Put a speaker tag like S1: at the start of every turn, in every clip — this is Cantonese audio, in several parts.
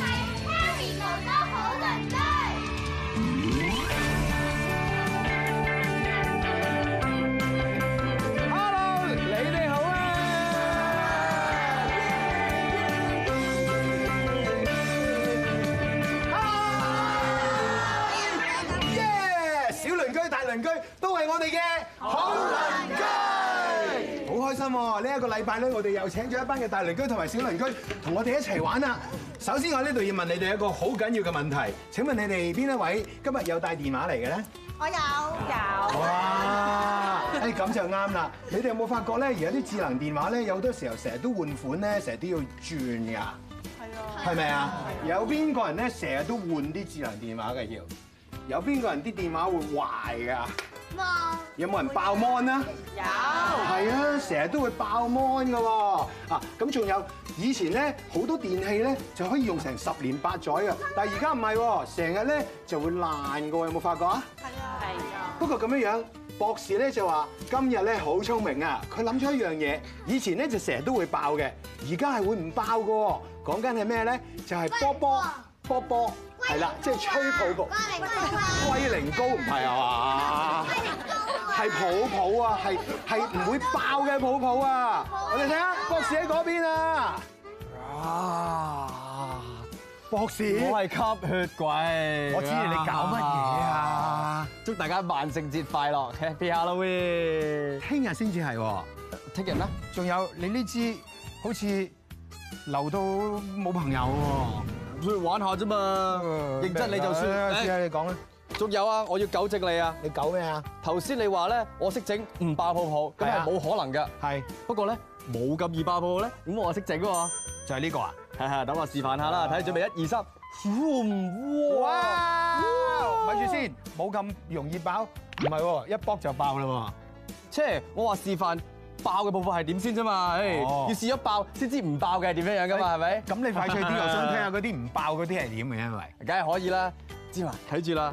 S1: 哋係 Harry 哥哥好鄰居。
S2: Hello，你哋好啊！耶！小鄰居、大鄰居都係我哋嘅好鄰居，好開心喎！呢一個禮拜咧，我哋又請咗一班嘅大鄰居同埋小鄰居同我哋一齊玩啦。啊首先，我呢度要問你哋一個好緊要嘅問題，請問你哋邊一位今日有帶電話嚟嘅咧？
S1: 我有
S2: 哇！誒咁就啱啦。你哋有冇發覺咧？而家啲智能電話咧，有好多時候成日都換款咧，成日都要轉㗎。係啊。係咪啊？有邊個人咧成日都換啲智能電話嘅要？有邊個人啲電話會壞㗎？
S1: 望
S2: 有冇人爆 mon 啊？有。係啊，成日都會爆 mon 㗎喎。啊，咁仲有以前咧好多電器咧就可以用成十年八載㗎，但係而家唔係喎，成日咧就會爛㗎喎。有冇發覺啊？不過咁樣樣，博士咧就話今日咧好聰明啊！佢諗咗一樣嘢，以前咧就成日都會爆嘅，而家係會唔爆嘅喎。講緊係咩咧？就係波波波波，係啦，即係吹泡泡。
S1: 龜苓膏，
S2: 龜苓膏唔係啊嘛，係泡泡啊，係係唔會爆嘅泡泡啊！我哋睇下博士喺嗰邊啊！啊，博士，
S3: 我係吸血鬼。我
S2: 我知你搞乜嘢？啊？
S3: 祝大家萬聖節快樂，Happy Halloween！
S2: 聽日先至係喎。
S3: 聽日咧，
S2: 仲有你呢支好似流到冇朋友喎，
S3: 出去玩下啫嘛。認真你就算。
S2: 試下
S3: 誒
S2: 你講啦，
S3: 哎仲有啊，我要糾正你啊！
S2: 你搞咩啊？
S3: 頭先你話咧，我識整唔爆泡泡，咁
S2: 係
S3: 係
S2: 啊
S3: 冇可能㗎。
S2: 係
S3: 不過咧，冇咁易爆泡泡咧，咁我識整喎。
S2: 就係呢個啊！
S3: 係係，等我示範下啦，睇下準備一二三。哇！
S2: 哇！咪住先，冇咁容易爆，唔係喎，一剝就爆啦
S3: 即係我話示範爆嘅泡泡係點先啫嘛，誒
S2: 哦
S3: 要試咗爆先知唔爆嘅係點樣樣㗎嘛，係咪
S2: 喎。？咁你快脆啲，我想睇下嗰啲唔爆嗰啲係點嘅，因為
S3: 梗係可以啦，芝麻睇住啦。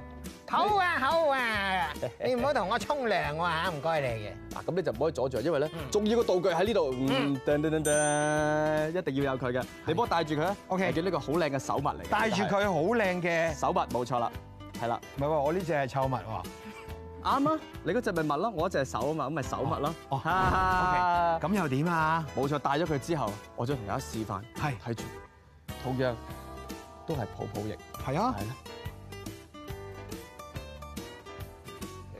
S2: 好啊好啊，你唔好同我沖涼喎嚇，唔該你嘅。
S3: 嗱，咁你就唔可以阻住，因為咧，重要個道具喺呢度，嗯，噔噔噔噔，一定要有佢嘅。你幫我戴住佢啊
S2: OK
S3: 係嘅呢個好靚嘅手襪嚟嘅。
S2: 戴住
S3: 呢個係
S2: 佢好靚嘅，
S3: 手襪冇錯啦，係啦，
S2: 唔係喎，我呢只係臭襪喎。
S3: 啱啊！你嗰隻咪襪咯，我嗰隻係手啊嘛，咁咪手襪咯。
S2: 哦
S3: 哈哈
S2: 咁又點啊？
S3: 冇錯，戴咗佢之後，我再同大家示範，
S2: 係
S3: 睇住，同樣都係泡泡型，
S2: 係啊
S3: 係。啦。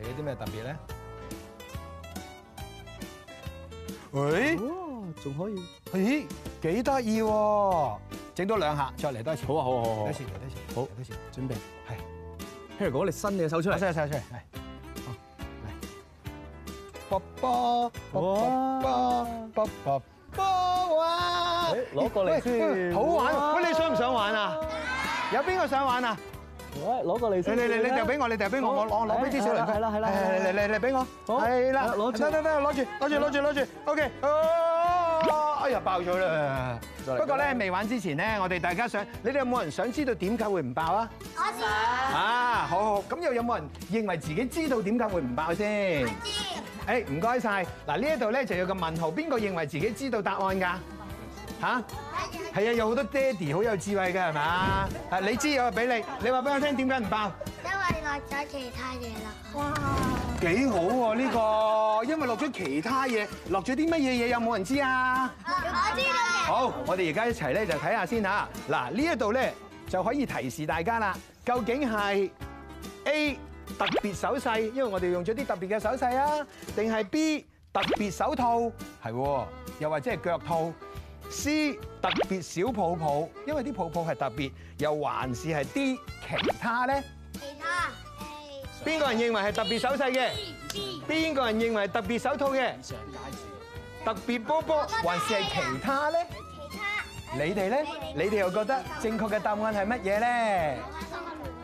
S2: 有啲咩特別咧？喂，
S3: 哇，仲可以，
S2: 咦，幾得意喎！整多兩下，再嚟多一次。
S3: 好啊，好啊好啊好
S2: 多
S3: 啊
S2: 一次，多一次，
S3: 好
S2: 多一次。
S3: 準備
S2: 係
S3: ，Harry 哥，你伸你嘅手出
S2: 我
S3: 嚟。
S2: 伸手出嚟，係。好嚟波波波波波波波哇！
S3: 誒攞過嚟先
S2: 喂喂好玩喎！喂，你想唔想玩啊？有邊個想玩啊？
S3: 喂攞過嚟
S2: 你
S3: 先。
S2: 你你你就俾我，你就俾我，我攞攞俾啲小鄰居。
S3: 係啦係啦係啦
S2: 嚟嚟嚟嚟俾我。
S3: 好
S2: 係啦，
S3: 攞住
S2: 得得得，攞住攞住攞住攞住。OK，哦哎呀爆咗啦！
S3: 再嚟
S2: 不過咧未玩之前咧，我哋大家想，你哋有冇人想知道點解會唔爆啊？
S1: 我想
S2: 啊，好好，咁又有冇人認為自己知道點解會唔爆先？
S1: 知。
S2: 誒，唔該晒。嗱呢一度咧就有個問號，邊個認為自己知道答案㗎？嚇？係啊，有好多爹哋好有智慧嘅係嘛？啊，你知我俾你，你話俾我聽點解唔爆？
S1: 因為落咗其他嘢啦。哇！
S2: 幾好喎呢個，因為落咗其他嘢，落咗啲乜嘢嘢有冇人知啊？
S1: 我知道嘅。
S2: 好，我哋而家一齊咧就睇下先嚇。嗱呢一度咧就可以提示大家啦，究竟係 A 特別手勢，因為我哋用咗啲特別嘅手勢啊，定係 B 特別手套，係喎，又或者係腳套。C 特別小泡泡，因為啲泡泡係特別，又還是係 D 其他咧？
S1: 其他。
S2: 邊個人認為係特別手勢嘅？邊個人認為係特別手套嘅？特別波波還是係其他咧？你哋咧？你哋又覺得正確嘅答案係乜嘢咧？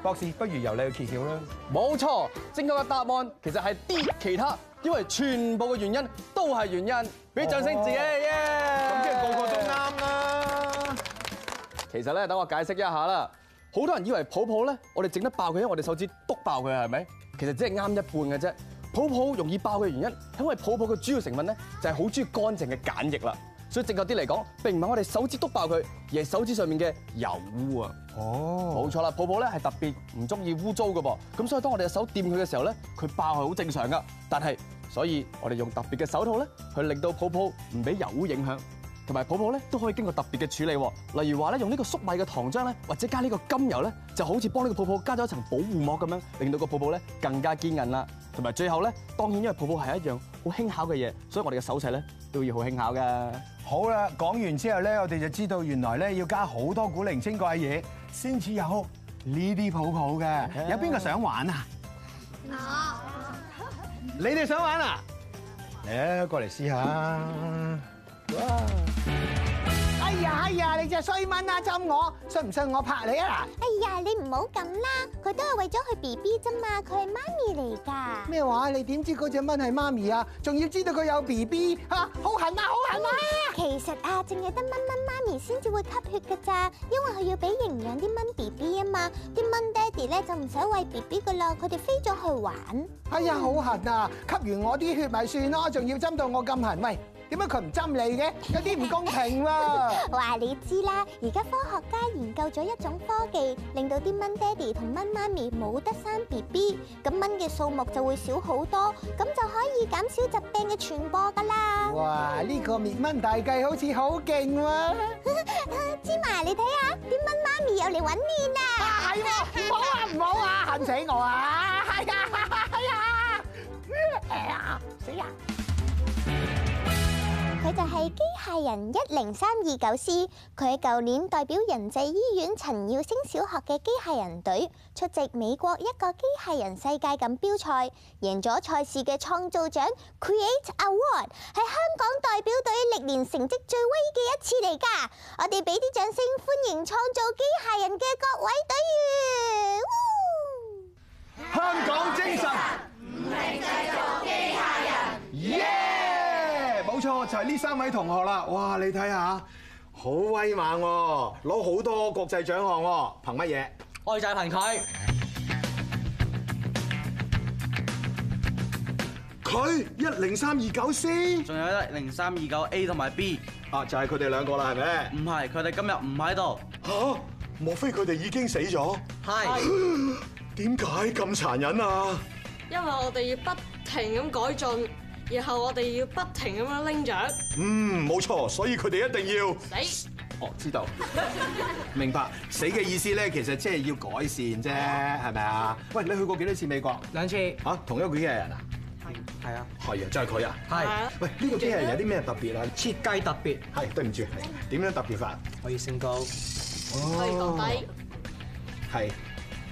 S2: 博士，不如由你去揭曉啦。
S3: 冇錯，正確嘅答案其實係 D 其他，因為全部嘅原因都係原因。俾啲掌聲自己，耶！
S2: 哦咁即係個個都啱啦。
S3: 其實咧，等我解釋一下啦。好多人以為泡泡咧，我哋整得爆佢，因為我哋手指篤爆佢，係咪？其實只係啱一半嘅啫。泡泡容易爆嘅原因，因為泡泡嘅主要成分咧就係好中意乾淨嘅梘液啦。所以正確啲嚟講，並唔係我哋手指篤爆佢，而係手指上面嘅油污啊。
S2: 哦，
S3: 冇錯啦，泡泡咧係特別唔中意污糟嘅噃，咁所以當我哋嘅手掂佢嘅時候咧，佢爆係好正常噶。但係，所以我哋用特別嘅手套咧，去令到泡泡唔俾油污影響，同埋泡泡咧都可以經過特別嘅處理喎。例如話咧，用呢個粟米嘅糖漿咧，或者加呢個甘油咧，就好似幫呢個泡泡加咗一層保護膜咁樣，令到個泡泡咧更加堅韌啦。同埋最後咧，當然因為泡泡係一樣好輕巧嘅嘢，所以我哋嘅手勢咧都要好輕巧㗎。
S2: 好啦，講完之後咧，我哋就知道原來咧要加好多古靈精怪嘢先至有呢啲泡泡嘅。有邊個想玩啊？你哋想玩啊？嚟啊，過嚟試下。
S4: 哎呀哎呀，你隻衰蚊啊，針我，信唔信我拍你啊？
S5: 哎呀，你唔好咁啦，佢都係為咗佢 B B 啫嘛，佢係媽咪嚟㗎。
S4: 嗱，咩話？你點知嗰隻蚊係媽咪啊？仲要知道佢有 B B 啊？好痕啊，好痕啊！
S5: 其實啊，淨係得蚊蚊媽咪先至會吸血㗎咋，因為佢要俾營養啲蚊 B B 啊嘛，啲蚊爹哋咧就唔使喂 B B 噶啦，佢哋飛咗去玩。
S4: 哎呀，好痕啊！吸完我啲血咪算咯，仲要針到我咁痕，喂，點解佢唔針你嘅？有啲唔公平喎！
S5: 話你知啦，而家科學家研究咗一種科技，令到啲蚊爹哋同蚊媽咪冇得生 B B，咁蚊嘅數目就會少好多，咁就可以減少疾病嘅傳播噶啦。
S4: 哇，呢個滅蚊大計好似好勁喎！
S5: 芝麻，你睇下啲蚊媽咪又嚟啊揾你啦！
S4: 係喎，唔好啊，唔好啊，痕死我啊！係啊，係啊，哎呀，死啊！
S5: 佢就係機械人一零三二九 C，佢喺舊年代表仁濟醫院陳耀星小學嘅機械人隊出席美國一個機械人世界錦標賽，贏咗賽事嘅創造獎 Create Award，係香港代表隊歷年成績最威嘅一次嚟㗎。我哋俾啲掌聲歡迎創造機械人嘅各位隊員。Woo！
S2: 香港精神，
S6: 耶！冇錯，就係呢三位同學啦。哇，你睇下，好威猛喎，攞好多國際獎項喎，憑乜嘢？
S7: 愛就係憑佢，
S6: 佢一零三二九 C
S7: 仲有咧零三二九 A 同埋 B，
S6: 啊，就係佢哋兩個啦，係咪？
S7: 唔係佢哋今日唔喺度，
S6: 嚇！莫非佢哋已經死咗？
S7: 係
S6: 點解咁殘忍啊？
S8: 因為我哋要不停咁改進，然後我哋要不停咁樣拎獎。
S6: 嗯，冇錯，所以佢哋一定要。
S8: 死！
S6: 哦，知道， 明白。死嘅意思咧，其實即係要改善啫，係咪啊？喂，你去過幾多次美國？
S7: 兩次，係
S6: 嚇，同一個機器人啊？
S7: 啊，
S6: 係啊，就係佢啊。
S7: 係
S6: 喂，呢個機器人有啲咩特別啊？
S7: 設計特別，
S6: 係，對唔住，係點樣特別法？
S7: 可以升高，
S8: 可以
S7: 哦
S8: 降低。
S6: 係，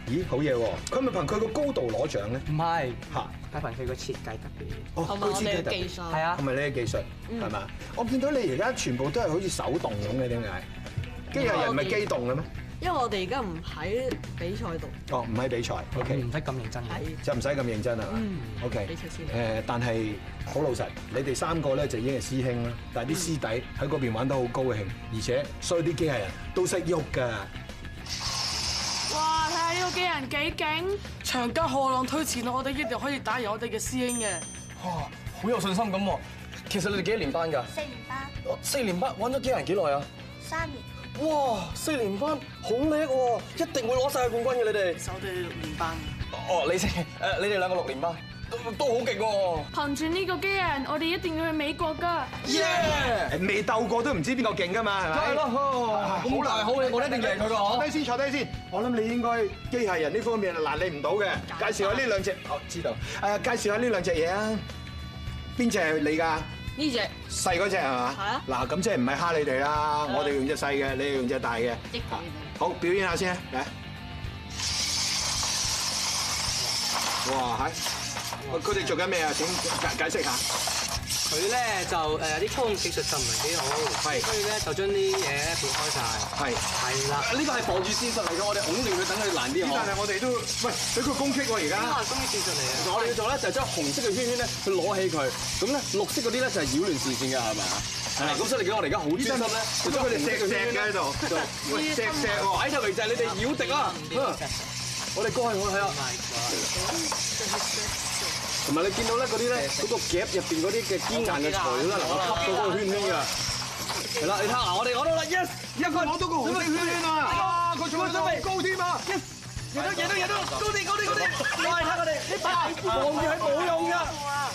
S6: 咦，好嘢喎！佢係咪憑佢個高度攞獎咧？
S7: 唔係
S6: 嚇，
S7: 係憑佢個設計特別，
S6: 哦
S8: 同埋我哋
S6: 特
S8: 嘅技
S6: 別
S8: 術，嗯
S7: 係啊
S6: 同，埋你嘅技術係嘛？我見到你而家全部都係好似手動咁嘅，點解？機器人唔係機動嘅咩？
S8: 因為我哋而家唔喺比賽度，
S6: 哦，唔係比賽，OK，
S7: 唔使咁認真嘅，
S8: 係
S6: 就唔使咁認真係嘛？OK，
S8: 嗯
S4: 嗯
S8: 比賽先
S7: 啊
S6: 誒，但係好老實，你哋三個咧就已經係師兄啦，但係啲師弟喺嗰邊玩得好高興，而且所有啲機器人都識喐㗎。
S9: 哇！睇下呢個機人幾勁，長江後浪推前浪，我哋一定可以打贏我哋嘅師兄嘅。
S3: 哇，哦好有信心咁喎。其實你哋幾年班㗎？
S5: 四年班
S3: 我四年班玩咗機械人幾耐啊？
S5: 三年。
S3: 哇！四年班好叻喎，一定會攞晒冠軍嘅你哋。
S9: 我哋六年班。
S3: 哦，你先，誒你哋兩個六年班都都好勁喎。
S9: 憑住呢個機人，我哋一定要去美國㗎。
S3: 耶！
S6: 誒未鬥過都唔知邊個勁㗎嘛，係咪？
S3: 係咯，好大好嘢，我哋一定贏佢㗎
S6: 坐
S3: 嗬。
S6: 低先，坐低先。我諗你應該機械人呢方面係難你唔到嘅。介紹下呢兩隻，
S2: Ờ,
S6: 哦，知道。
S2: À,
S6: 誒，介紹下呢兩隻嘢啊。邊只係你㗎？
S8: 呢只
S6: 細嗰只係嘛？
S8: 係啊
S6: 嗱，咁即係唔係蝦你哋啦？我哋用隻細嘅，你哋用隻大嘅。
S8: 益到你哋
S2: Dạ.
S6: 好，表演下先啊，嚟。哇，係！佢哋做緊咩啊？請解解釋下。
S7: 佢咧就誒有啲操控技術就唔係幾好，係，所以咧就將啲嘢咧撥開晒。
S6: 係，
S7: 係啦。
S3: 呢個係防禦戰術嚟嘅，我哋拱亂佢，等佢難
S6: 咦
S3: 啲學。
S6: 但係我哋都喂，佢個攻擊喎而
S7: 呢個
S6: 家。
S7: 係攻擊戰術嚟嘅。
S3: 我哋要做咧就係將紅色嘅圈圈咧去攞起佢，咁咧綠色嗰啲咧就係擾亂視線嘅係咪啊？係啦，咁所以你見我哋而家好專心咧，就將
S6: 佢哋
S3: 佢
S6: 錫
S3: 哋石
S6: 錫
S3: 石
S6: 嘅喺
S3: 嘅。
S6: 度，嗯喂錫錫喎。
S3: 擺就明就係你哋擾敵啦。我哋過去我睇下，同埋你見到咧嗰啲咧嗰個夾入邊嗰啲嘅堅硬嘅材料咧，能夠吸到嗰個圈圈㗎。係啦，你睇下，我哋攞到啦，yes，一個攞到個紅色圈圈啊！佢仲準備高添啊！yes，贏到贏到贏到，高啲高啲高啲！我哋睇我哋，你拍望住係冇用㗎，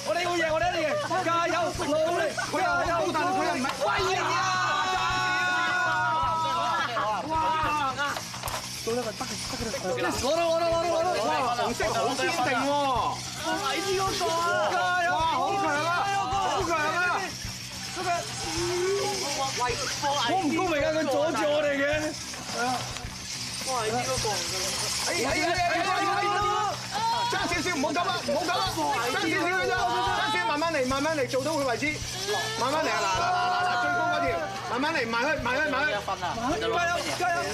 S3: 我哋要贏，我哋一定贏，加油努力，佢又高，但係佢又唔係威啊！
S6: 哇，紅
S3: 攞到攞到攞到攞到！
S6: 色好堅定喎。
S3: 加油！
S6: 好強啊！好強啊！
S3: 好唔公平啊！佢阻住我哋嘅。
S6: 哎呀哎呀哎呀！爭少少，唔好急啦，唔好急啦，爭少少嘅啫，爭少慢慢嚟，慢慢嚟，做到佢為止。慢慢嚟啊！嗱嗱嗱嗱，最高嗰條，慢慢嚟，慢去，慢去，慢去。加油！加油！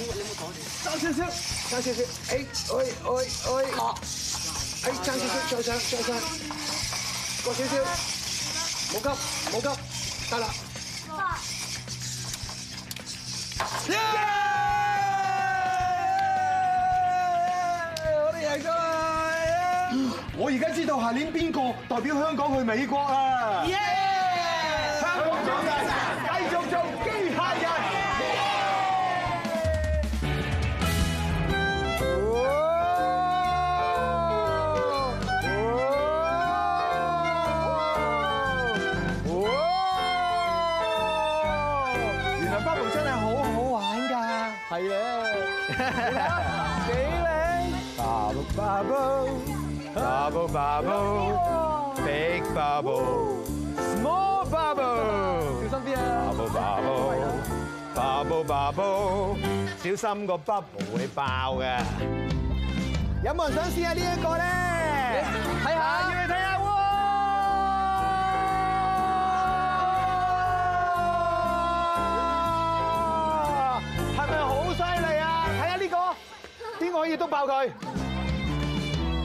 S6: 爭少少，爭少少，哎哎哎哎，哎爭少少，再上再上，過少少，冇急冇急，得啦。嗯我而家知道下年邊個代表香港去美國啊！香港早晨，繼續做機械人。
S10: 原來北部真係好好玩㗎。
S3: 係咧。
S2: Bubble bubble, big bubble, small bubble.
S3: 小心啲啊！
S2: Bubble bubble, bubble bubble，小心個 bubble 會爆嘅。有冇人想試下呢一個咧？睇下，要你睇下喎。係咪好犀利啊？睇下呢個，邊個可以篤爆佢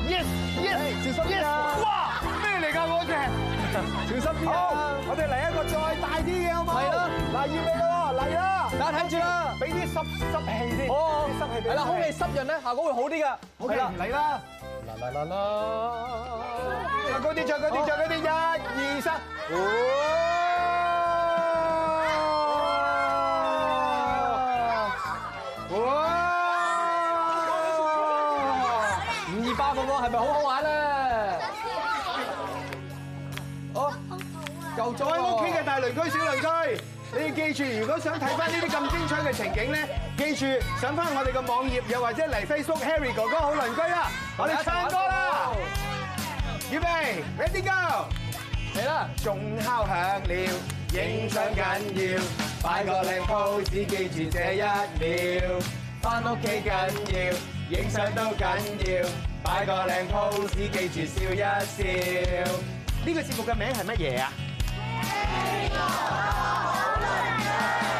S2: ？Yes yes，小心啲啊！哇，咩嚟㗎嗰隻？ 小心啲啊！我哋嚟一個再大啲嘅好唔好？係啦，嗱，要你咯，嚟啦！
S3: 大家睇住啦。
S2: 俾啲濕濕氣先，
S3: 哦，
S2: 啲濕氣俾
S3: 係啦，
S2: 我
S3: 空氣濕潤咧，效果會好啲噶。
S2: 好嘅，嚟啦！嗱嗱嗱嗱，着高啲，着高啲，着高啲，一二三，哇！哇！
S3: 五二八個喎，係咪好好玩咧？哦，夠咗
S2: 我喺屋企
S3: 喎
S2: 嘅。大鄰居、小鄰居，你哋記住，如果想睇翻呢啲咁精彩嘅情景咧，記住上翻我哋嘅網頁，又或者嚟 Facebook Harry 哥哥好鄰居啦，我哋唱歌
S3: à.
S2: 啦！預備，ready go！
S3: 嚟啦！
S2: 鐘敲響了，影相緊要，擺個靚 pose，記住這一秒。翻屋企緊要，影相都緊要，擺個靚 pose，記住笑一笑。呢個節目嘅名係乜嘢啊？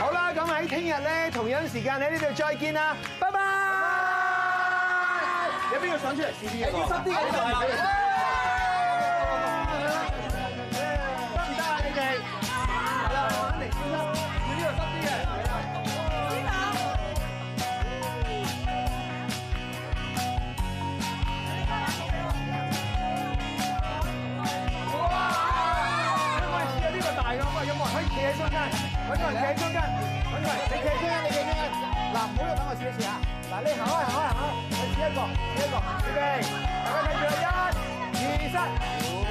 S2: 好啦，咁喺聽日咧，同樣時間喺呢度再見啦，拜拜。有邊個想出嚟試啲嘢？要濕啲得唔得啊？你哋係啦，慢慢嚟先啦，要呢度濕啲嘅。喂喂有呢個大㗎喂有冇人可以企喺中間？揾個人企喺中間，揾個人，你企喺中間，你企喺中間。嗱，唔好喐，等我試一試啊！嗱，你行開，行開，行開，我試一個，試一個，預備，大家睇住啦，一、二、三，哦，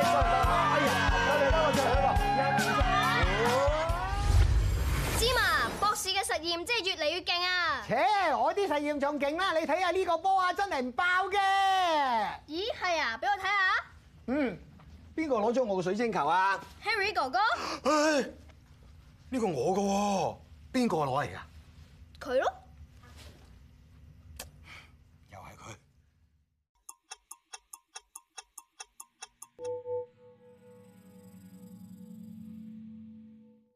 S2: 一個得啦，哎呀，得你得我最後一個，一、二、三，哦。
S5: 芝麻博士嘅實驗真係越嚟越勁啊！
S10: 切，我啲實驗仲勁啦！你睇下呢個波啊，真係唔爆嘅。
S5: 咦，係啊，俾我睇下
S10: 嗯，邊個攞咗我個水晶球啊？
S5: ，Harry 哥哥，
S6: 呢個我嘅喎，邊個攞嚟㗎？
S5: 佢咯。